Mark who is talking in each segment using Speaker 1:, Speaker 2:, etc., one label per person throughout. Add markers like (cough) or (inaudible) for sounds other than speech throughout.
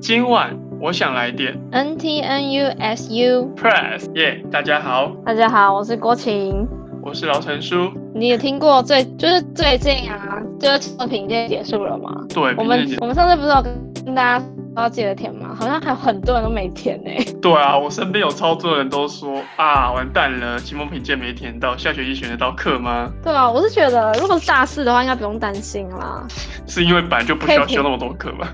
Speaker 1: 今晚我想来点
Speaker 2: N T N U S U。
Speaker 1: press 耶大家好，
Speaker 2: 大家好，我是郭晴。
Speaker 1: 我是老陈叔。
Speaker 2: 你也听过最就是最近啊，就是测评就结束了嘛。
Speaker 1: 对，
Speaker 2: 我
Speaker 1: 毕
Speaker 2: 们
Speaker 1: 竟
Speaker 2: 我们上次不是有跟大家说要记得填吗？好像还有很多人都没填呢、
Speaker 1: 对啊，我身边有超多人都说啊，完蛋了，期末评鉴没填到，下学期选得到课吗？
Speaker 2: (laughs) 对啊，我是觉得如果是大四的话，应该不用担心啦。
Speaker 1: 是因为本来就不需要
Speaker 2: 可以
Speaker 1: 修那么多课吧？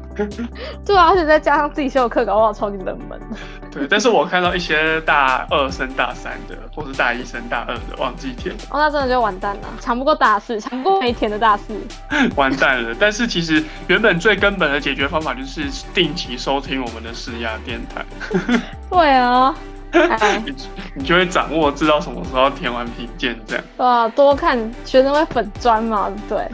Speaker 2: 对啊，而且再加上自己修的课，搞不好超级冷门。
Speaker 1: (laughs) 对，但是我看到一些大二升大三的，或是大一升大二的忘记填， (laughs)
Speaker 2: 哦，那真的就完蛋了，抢不过大四，抢不过没填的大四。
Speaker 1: 完蛋了。但是其实原本最根本的解决方法就是定期收听我们的施压电台，
Speaker 2: 对啊， (laughs) 哎，
Speaker 1: 你你就会掌握知道什么时候填完评鉴这样。
Speaker 2: 对啊，多看学生会粉砖嘛，对不对？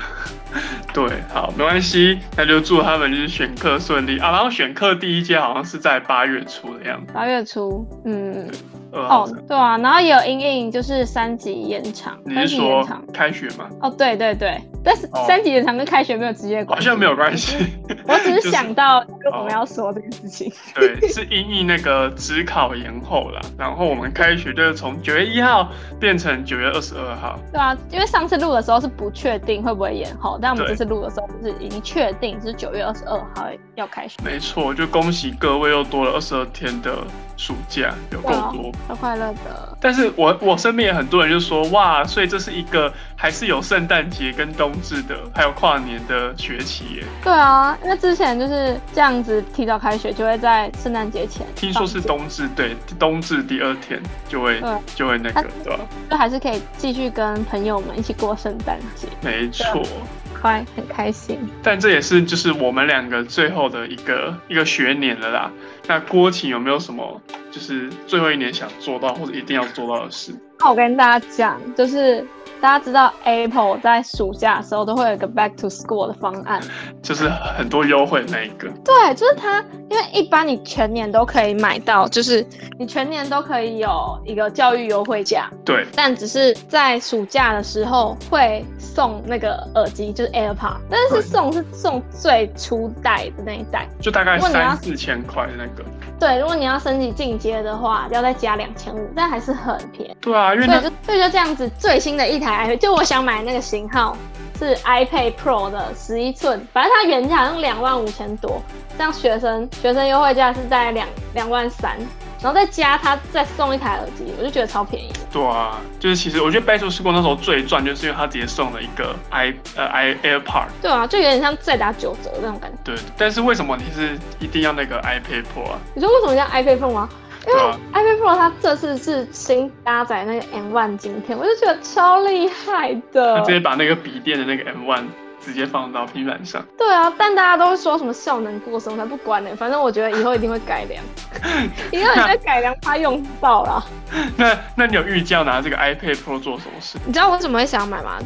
Speaker 1: 对，好，没关系，那就祝他们就是选课顺利啊。然后选课第一届好像是在八月初的样子，
Speaker 2: 八月初，嗯，
Speaker 1: 二号
Speaker 2: 哦
Speaker 1: 生。，
Speaker 2: 对啊，然后也有阴影，就是三级延长，
Speaker 1: 你
Speaker 2: 三
Speaker 1: 是
Speaker 2: 级延
Speaker 1: 说
Speaker 2: 长，
Speaker 1: 开学吗？
Speaker 2: 哦，对对对，但是
Speaker 1: 哦
Speaker 2: 三级延长跟开学没有直接关
Speaker 1: 好
Speaker 2: 系，
Speaker 1: 像没有关系，
Speaker 2: 我只
Speaker 1: 就是
Speaker 2: 是想到
Speaker 1: 哦
Speaker 2: 我们要说这个事情，
Speaker 1: (laughs) 对，是因应那个职考延后啦。然后我们开学就是从九月一号变成九月二十二号，
Speaker 2: (laughs) 对啊，因为上次录的时候是不确定会不会延后，但我们
Speaker 1: 对
Speaker 2: 这次录的时候就是已经确定是九月二十二号要开学，
Speaker 1: 没错，就恭喜各位又多了二十二天的暑假，有够
Speaker 2: 对啊
Speaker 1: 多。
Speaker 2: 要快乐的，
Speaker 1: 但是我我身边也很多人就说，哇，所以这是一个还是有圣诞节跟冬至的，还有跨年的学期耶。
Speaker 2: 对啊，因为之前就是这样子提早开学，就会在圣诞节前，
Speaker 1: 听说是，冬至，对，冬至第二天就会
Speaker 2: 对啊
Speaker 1: 就会那
Speaker 2: 它
Speaker 1: 个，对吧？
Speaker 2: 就还是可以继续跟朋友们一起过圣诞节，
Speaker 1: 没错。
Speaker 2: 快很开心。
Speaker 1: 但这也是就是我们两个最后的一个一个学年了啦。那郭琴有没有什么就是最后一年想做到或者一定要做到的事？
Speaker 2: 那我跟大家讲，就是大家知道 Apple 在暑假的时候都会有一个 Back to School 的方案，
Speaker 1: 就是很多优惠那一个，
Speaker 2: 对，就是它，因为一般你全年都可以买到，就是你全年都可以有一个教育优惠价，
Speaker 1: 对，
Speaker 2: 但只是在暑假的时候会送那个耳机，就是 AirPod，但
Speaker 1: 对
Speaker 2: 是送是送最初代的那一代。
Speaker 1: 就大概
Speaker 2: 如果你要
Speaker 1: 三四千块的那个。
Speaker 2: 对，如果你要升级进阶的话，要再加两千五，但还是很便宜。
Speaker 1: 对啊，因为
Speaker 2: 对，
Speaker 1: 那
Speaker 2: 就所以就这样子，最新的一台 iPad，就我想买那个型号是 iPad Pro 的十一寸，反正它原价好像两万五千多，这样学生学生优惠价是在两两万三，然后再加它再送一台耳机，我就觉得超便宜的。
Speaker 1: 对啊，就是其实我觉得 Back to School 那时候最赚，就是因为他直接送了一个 i 呃 i AirPod。
Speaker 2: 对啊，就有点像再打九折那种感觉。
Speaker 1: 对，但是为什么你是一定要那个 iPad Pro 啊？
Speaker 2: 你说为什么叫 iPad Pro 吗？因
Speaker 1: 对
Speaker 2: 为
Speaker 1: 啊
Speaker 2: iPad Pro 它这次是新搭载那个 M One 晶片，我就觉得超厉害
Speaker 1: 他
Speaker 2: 的
Speaker 1: 直。接把那个笔电的那个 M1 直接放到平板上。
Speaker 2: 对啊，但大家都说什么效能过剩，我才不管呢、反正我觉得以后一定会改良，以后你再改良它用到了。
Speaker 1: 那那你有预计要拿这个 iPad Pro 做什么事？
Speaker 2: 你知道我为什么会想买吗？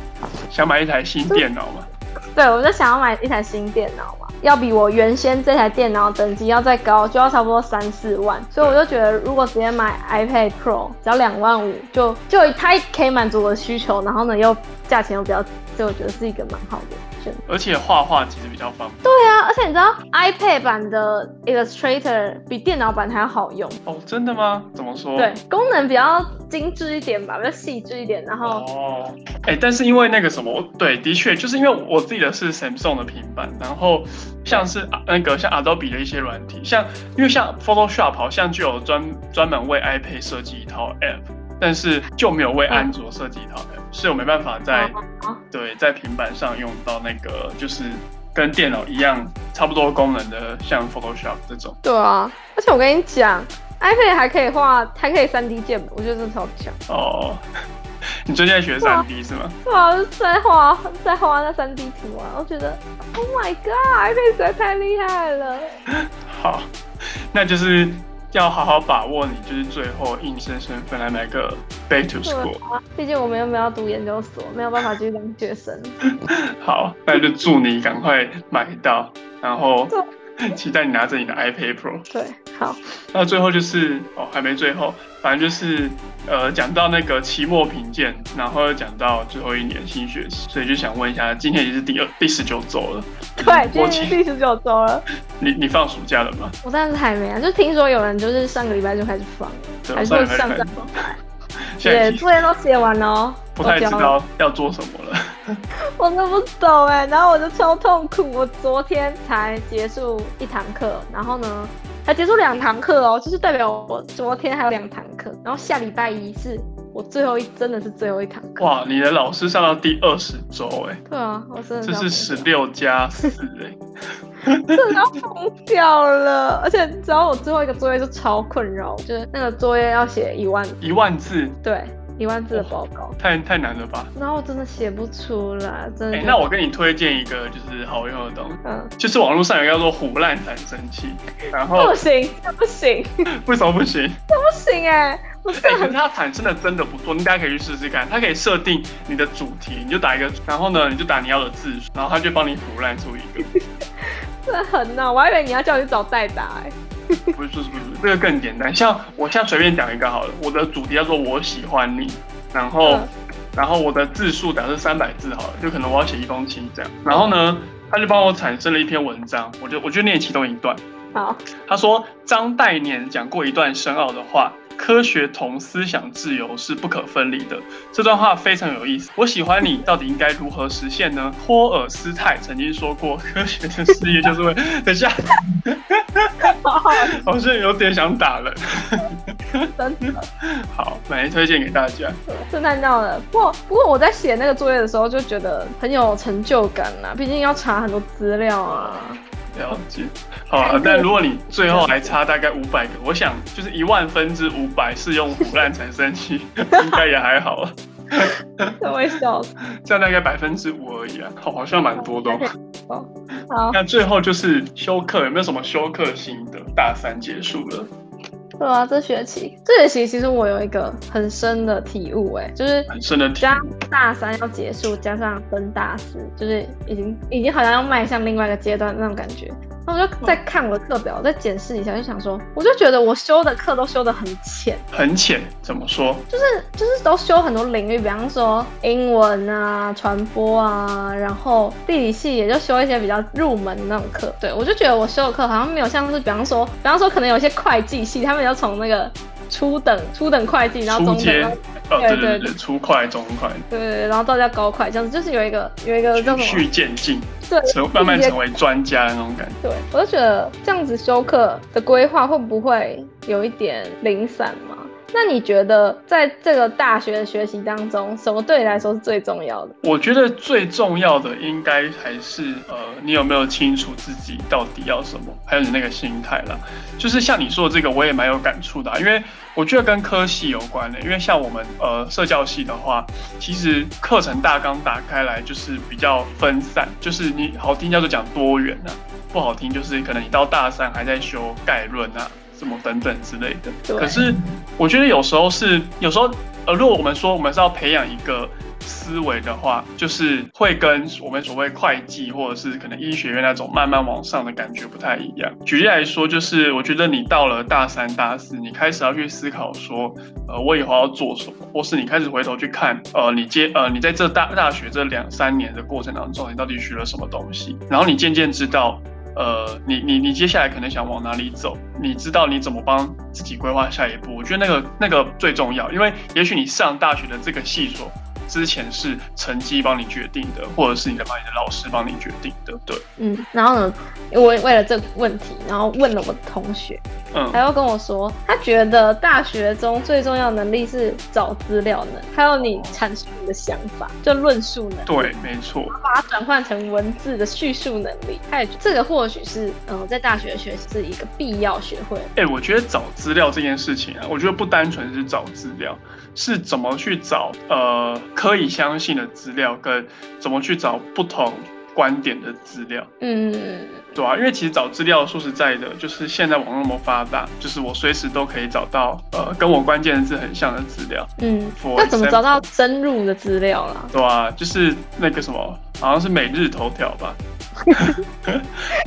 Speaker 1: 想买一台新电脑吗？
Speaker 2: 对，我就想要买一台新电脑嘛，要比我原先这台电脑等级要再高，就要差不多三四万，所以我就觉得如果直接买 iPad Pro 只要两万五，就就它可以满足我的需求，然后呢又价钱又比较低，所以我觉得是一个蛮好的选择。
Speaker 1: 而且画画其实比较方便
Speaker 2: 对啊，而且你知道 iPad 版的 Illustrator 比电脑版还要好用。
Speaker 1: 哦，真的吗？怎么说？
Speaker 2: 对，功能比较精致一点吧，比较细致一点。然后，
Speaker 1: 哦，哎、但是因为那个什么，对，的确就是因为我自己的是 Samsung 的平板，然后像是啊那个像 Adobe 的一些软体，像因为像 Photoshop 好像就有专专门为 iPad 设计一套 App，但是就没有为安卓设计一套 App，、所以我没办法在、
Speaker 2: 哦
Speaker 1: 对在平板上用到那个就是跟电脑一样差不多功能的像 Photoshop 这种。
Speaker 2: 对啊，而且我跟你讲，iPad 还可以画，还可以3 D 建模，我觉得真的超强。
Speaker 1: 哦， (laughs) 你最近在学三 D 是吗？
Speaker 2: 对啊，就是在画在画那3 D 图啊，我觉得，Oh my God，iPad 实在太厉害了。
Speaker 1: 好， (laughs) 那就是要好好把握你就是最后应生身份来买个 Back to
Speaker 2: 对
Speaker 1: School。
Speaker 2: 啊，毕竟我们又没有要读研究所，没有办法继续
Speaker 1: (laughs)
Speaker 2: 当学生。
Speaker 1: 好，那就祝你赶快买到，然后
Speaker 2: 对
Speaker 1: (laughs) 期待你拿着你的 iPad Pro。
Speaker 2: 对，好，
Speaker 1: 那最后就是哦，还没最后，反正就是呃，讲到那个期末评鉴，然后又讲到最后一年新学期，所以就想问一下，今天已经是第二第十九周了，
Speaker 2: 对，
Speaker 1: 我
Speaker 2: 今天第十九周了，
Speaker 1: 你你放暑假了吗？
Speaker 2: 我暂时还没啊，就听说有人就是上个礼拜就开始放了，
Speaker 1: 对，啊
Speaker 2: 还
Speaker 1: 我
Speaker 2: 是
Speaker 1: 上
Speaker 2: 会
Speaker 1: 礼拜就开
Speaker 2: 上上
Speaker 1: 始放，现在
Speaker 2: 写
Speaker 1: 已经
Speaker 2: 作业都写完了哦，
Speaker 1: 不太知
Speaker 2: 都交了，
Speaker 1: 道要做什么了。
Speaker 2: 我都不懂哎，然后我就超痛苦，我昨天才结束一堂课，然后呢。还结束两堂课哦，就是代表我昨天还有两堂课，然后下礼拜一是我最后一，真的是最后一堂课。
Speaker 1: 哇，你的老师上到第二十周，哎，
Speaker 2: 对啊，我真的
Speaker 1: 这
Speaker 2: 要
Speaker 1: 是十六加四，哎，
Speaker 2: 真的要疯掉了。而且你知道我最后一个作业就超困扰，就是那个作业要写一万，
Speaker 1: 一万字，
Speaker 2: 对，一万字的报告，
Speaker 1: 太太难了吧？
Speaker 2: 然后我真的写不出来，真的
Speaker 1: 哎、
Speaker 2: 觉得。
Speaker 1: 那我跟你推荐一个就是好用的东西，
Speaker 2: 嗯，
Speaker 1: 就是网络上有一个叫做“虎烂产生器”，然后
Speaker 2: 不行，这不行，
Speaker 1: 为什么不行？
Speaker 2: 不行哎、我
Speaker 1: 哎、
Speaker 2: 真的
Speaker 1: 可是
Speaker 2: 很
Speaker 1: 它产生的真的不错，你大家可以去试试看。它可以设定你的主题，你就打一个，然后呢，你就打你要的字数，然后它就帮你腐烂出一个。
Speaker 2: 真的很闹，我还以为你要叫我去找代打哎、
Speaker 1: 不是不是不是，这个更简单。像我现在随便讲一个好了，我的主题叫做“我喜欢你”，然后、
Speaker 2: 嗯
Speaker 1: 然后我的字数假设三百字好了，就可能我要写一封信这样。然后呢，它就帮我产生了一篇文章，我就我就念其中一段。
Speaker 2: 好，
Speaker 1: 他说，张岱年讲过一段深奥的话：科学同思想自由是不可分离的。这段话非常有意思。我喜欢你，到底应该如何实现呢？托尔斯泰曾经说过，科学的事业就是为……等一下，
Speaker 2: 好好，
Speaker 1: 好像有点想打人。
Speaker 2: 真的。
Speaker 1: 好，来推荐给大家。
Speaker 2: 这太闹了。不过不过我在写那个作业的时候就觉得很有成就感啦，毕竟要查很多资料啊。
Speaker 1: 了
Speaker 2: (laughs)
Speaker 1: 解。
Speaker 2: 哎
Speaker 1: 好啊，但如果你最后还差大概五百个，我想就是一万分之五百是用腐烂产生器，
Speaker 2: (laughs)
Speaker 1: 应该也还好啊，
Speaker 2: 我会笑死。
Speaker 1: 这样大概百分之五而已啊，好好像蛮多的、哦。
Speaker 2: 哦好，
Speaker 1: 那最后就是休课，有没有什么休课心得？大三结束了，
Speaker 2: 对啊，这学期这学期其实我有一个很深的体悟、哎，就是
Speaker 1: 很深的体
Speaker 2: 加
Speaker 1: 悟。
Speaker 2: 大三要结束，加上升大四，就是已经已经好像要迈向另外一个阶段那种感觉。那我就在看我的课表，再检视一下，就想说，我就觉得我修的课都修的很浅，
Speaker 1: 很浅，怎么说？
Speaker 2: 就是就是都修很多领域，比方说英文啊、传播啊，然后地理系也就修一些比较入门的那种课。对我就觉得我修的课好像没有像是，比方说，比方说可能有一些会计系，他们要从那个初等初等会计，然后
Speaker 1: 初
Speaker 2: 中等，
Speaker 1: 阶
Speaker 2: 然后，
Speaker 1: 哦，对
Speaker 2: 对
Speaker 1: 对
Speaker 2: 对
Speaker 1: 对，初快、中快，
Speaker 2: 对对对，然后到叫高会这样子，就是有一个有一个叫
Speaker 1: 循
Speaker 2: 什么
Speaker 1: 序渐进，
Speaker 2: 对。
Speaker 1: 成慢慢成为专家的那种感觉。
Speaker 2: 对，我就觉得这样子修课的规划会不会有一点零散嘛？那你觉得在这个大学的学习当中，什么对你来说是最重要的？
Speaker 1: 我觉得最重要的应该还是呃，你有没有清楚自己到底要什么，还有你那个心态啦。就是像你说的这个，我也蛮有感触的啊、因为我觉得跟科系有关的、因为像我们呃社教系的话，其实课程大纲打开来就是比较分散，就是你好听叫做讲多元啊，不好听就是可能你到大三还在修概论啊。什么等等之类的，
Speaker 2: 对
Speaker 1: 可是我觉得有时候是，有时候呃，如果我们说我们是要培养一个思维的话，就是会跟我们所谓会计或者是可能医学院那种慢慢往上的感觉不太一样。举例来说，就是我觉得你到了大三、大四，你开始要去思考说，呃，我以后要做什么，或是你开始回头去看，呃，你接呃，你在这大大学这两三年的过程当中，你到底学了什么东西，然后你渐渐知道。呃，你你你接下来可能想往哪里走？你知道你怎么帮自己规划下一步？我觉得那个那个最重要，因为也许你上大学的这个系所之前是成绩帮你决定的，或者是你的把你的老师帮你决定的，对，
Speaker 2: 嗯，然后呢，我为了这个问题，然后问了我的同学，
Speaker 1: 嗯
Speaker 2: 他，又跟我说，他觉得大学中最重要的能力是找资料能，还有你阐述你的想法，就论述能力，
Speaker 1: 对，没错，
Speaker 2: 把它转换成文字的叙述能力。他也觉得这个或许是，嗯、在大学学习是一个必要学会的。
Speaker 1: 哎、我觉得找资料这件事情啊，我觉得不单纯是找资料，是怎么去找呃可以相信的资料，跟怎么去找不同观点的资料。
Speaker 2: 嗯，
Speaker 1: 对啊，因为其实找资料，说实在的，就是现在网络那么发达，就是我随时都可以找到呃跟我关键字很像的资料。
Speaker 2: 嗯
Speaker 1: For，
Speaker 2: 那怎么
Speaker 1: example-
Speaker 2: 找到深入的资料啦？
Speaker 1: 对啊，就是那个什么好像是每日头条
Speaker 2: (laughs)
Speaker 1: 吧，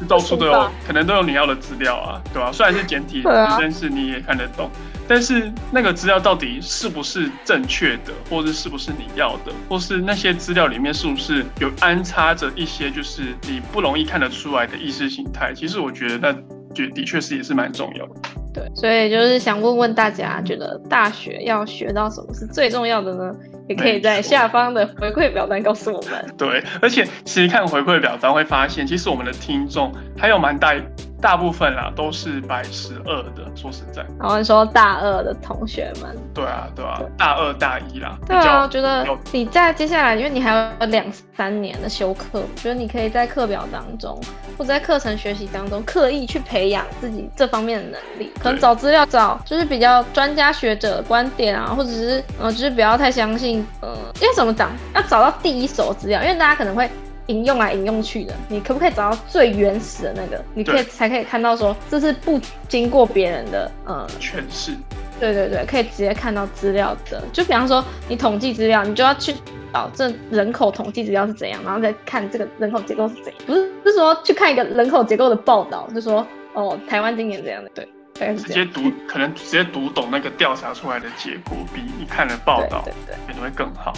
Speaker 1: 到处都
Speaker 2: 不
Speaker 1: 有
Speaker 2: 行吧，
Speaker 1: 可能都有你要的资料啊，对吧、虽然是简体字，
Speaker 2: 对啊
Speaker 1: 但是你也看得懂。但是那个资料到底是不是正确的，或者是不是你要的，或是那些资料里面是不是有安插着一些就是你不容易看得出来的意识形态？其实我觉得那就的确是也是蛮重要的。
Speaker 2: 对，所以就是想问问大家，觉得大学要学到什么是最重要的呢？也可以在
Speaker 1: 没错
Speaker 2: 下方的回馈表单告诉我们。
Speaker 1: 对，而且其实看回馈表单会发现，其实我们的听众还有蛮大大部分啦，都是百十二的。说实在，
Speaker 2: 然后说大二的同学们，
Speaker 1: 对啊，对啊
Speaker 2: 对，
Speaker 1: 大二大一啦，
Speaker 2: 对啊，我
Speaker 1: 比
Speaker 2: 觉得
Speaker 1: 有
Speaker 2: 你在接下来，因为你还有两三年的修课，我觉得你可以在课表当中，或者在课程学习当中，刻意去培养自己这方面的能力。可能
Speaker 1: 对
Speaker 2: 找资料找就是比较专家学者的观点啊，或者是呃，就是不要太相信，呃，因为怎么讲，要找到第一手资料，因为大家可能会。引用来引用去的，你可不可以找到最原始的那个？你可以
Speaker 1: 对
Speaker 2: 才可以看到说这是不经过别人的呃
Speaker 1: 诠释，
Speaker 2: 对对对，可以直接看到资料的。就比方说，你统计资料，你就要去找这人口统计资料是怎样，然后再看这个人口结构是怎样。不是，不是说去看一个人口结构的报道，就说哦，台湾今年怎样的，对，大概是
Speaker 1: 直
Speaker 2: 这
Speaker 1: 接
Speaker 2: 样。
Speaker 1: 读，可能直接读懂那个调查出来的结果，比你看了报
Speaker 2: 对
Speaker 1: 道
Speaker 2: 对对，
Speaker 1: 可能会更好。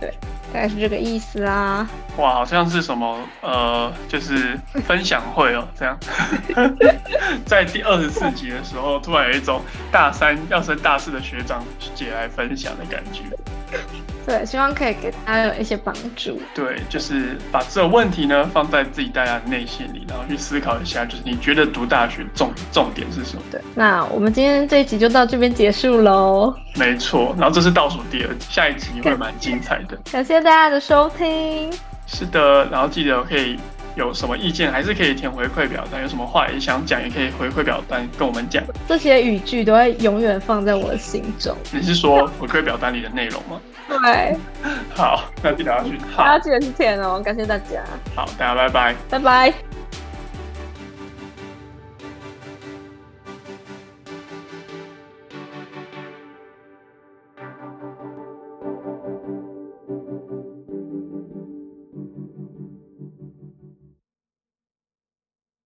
Speaker 1: 对，
Speaker 2: 大概是这个意思啊啦。
Speaker 1: 哇，好像是什么呃，就是分享会哦，
Speaker 2: (laughs)
Speaker 1: 这样，在第二十四集的时候，突然有一种大三要升大四的学长姐来分享的感觉。
Speaker 2: 对，希望可以给大家有一些帮助。
Speaker 1: 对，就是把这个问题呢放在自己大家的内心里，然后去思考一下，就是你觉得读大学重重点是什么？
Speaker 2: 对，那我们今天这一集就到这边结束喽，
Speaker 1: 没错，然后这是倒数第二集，下一集会蛮精彩的。
Speaker 2: 感谢大家的收听，
Speaker 1: 是的，然后记得可以有什么意见，还是可以填回馈表单，有什么话也想讲，也可以回馈表单跟我们讲。
Speaker 2: 这些语句都会永远放在我的心中。
Speaker 1: 你是说回馈表单里的内容吗？
Speaker 2: 对，
Speaker 1: 好，那记得要去。好
Speaker 2: 大，家记得去填哦，感谢大家，
Speaker 1: 好，大家拜拜。
Speaker 2: 拜拜。